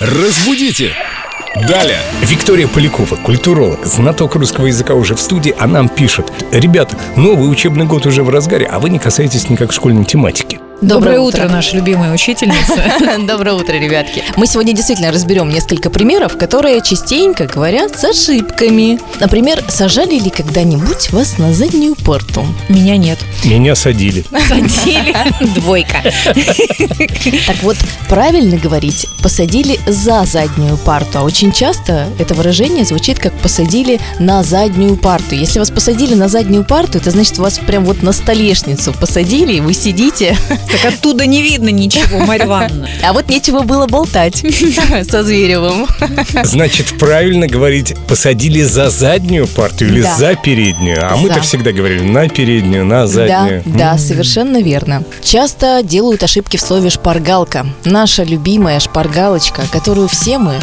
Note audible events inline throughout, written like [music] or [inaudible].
Разбудите! Далее. Виктория Полякова, культуролог, знаток русского языка уже в студии, а нам пишет. Ребята, новый учебный год уже в разгаре, а вы не касаетесь никак школьной тематики. Доброе, утро. наша любимая учительница. [laughs] Доброе утро, ребятки. Мы сегодня действительно разберем несколько примеров, которые частенько говорят с ошибками. Например, сажали ли когда-нибудь вас на заднюю порту? [laughs] Меня нет. Меня [laughs] садили. Садили. Двойка. Так вот, правильно говорить, посадили за заднюю парту. А очень часто это выражение звучит как посадили на заднюю парту. Если вас посадили на заднюю парту, это значит, вас прям вот на столешницу посадили, и вы сидите, Так оттуда не видно ничего, Марья Ивановна. а вот нечего было болтать [laughs] со Зверевым. Значит, правильно говорить, посадили за заднюю парту или Да. за переднюю. А мы-то За. всегда говорили на переднюю, на заднюю. М. Да, да, совершенно верно. Часто делают ошибки в слове шпаргалка. Наша любимая шпаргалочка, которую все мы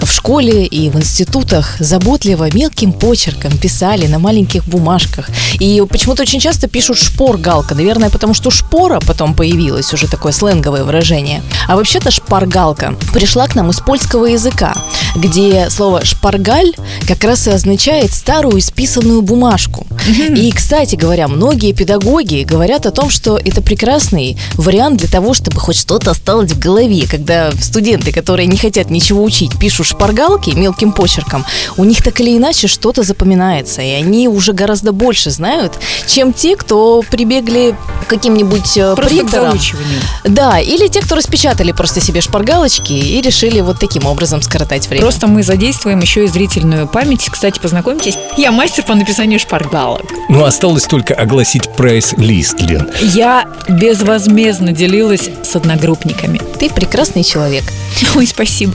в школе и в институтах заботливо мелким почерком писали на маленьких бумажках. И почему-то очень часто пишут шпоргалка. Наверное, потому что шпора потом появилась, уже такое сленговое выражение. А вообще-то шпаргалка пришла к нам из польского языка, где слово шпаргаль как раз и означает старую исписанную бумажку. И, кстати говоря, многие педагоги говорят о том, что это прекрасный вариант для того, чтобы хоть что-то осталось в голове. Когда студенты, которые не хотят ничего учить, пишут шпаргалки мелким почерком, у них так или иначе что-то запоминается, и они уже гораздо больше знают, чем те, кто прибегли к каким-нибудь э, Просто к принтерам. заучиванию. Да, или те, кто распечатали просто себе шпаргалочки и решили вот таким образом скоротать время. Просто мы задействуем еще и зрительную память. Кстати, познакомьтесь, я мастер по написанию шпаргалок. Ну, осталось только огласить прайс-лист, Лен. Я безвозмездно делилась с одногруппниками. ты прекрасный человек. [laughs] Ой, спасибо.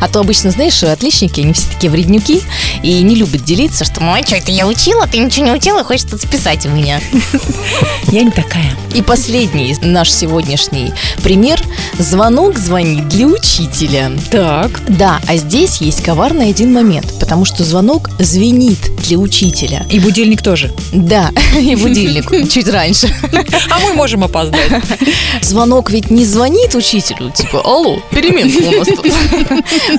А то обычно, знаешь, отличники, они все такие вреднюки и не любят делиться, что «Ой, что это я учила, ты ничего не учила, хочешь что-то списать у меня». Я не такая. И последний наш сегодняшний пример – звонок звонит для учителя. Так. Да, а здесь есть коварный один момент, потому что звонок звенит для учителя. И будильник тоже. Да, [laughs] и будильник чуть раньше. А мы можем опоздать. Звонок ведь не звонит учителю, типа, алло, переменка у нас тут».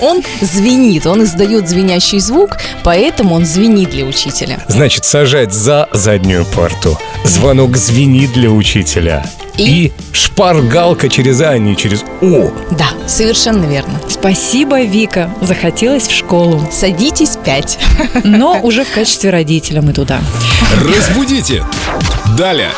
Он звенит, он издает звенящий звук, поэтому он звенит для учителя. Значит, сажать за заднюю парту. Звонок звенит для учителя. И? И, шпаргалка через А, а не через О. Да, совершенно верно. [laughs] Спасибо, Вика. Захотелось в школу. Садитесь пять. Но уже в качестве родителя мы туда. Разбудите. Далее.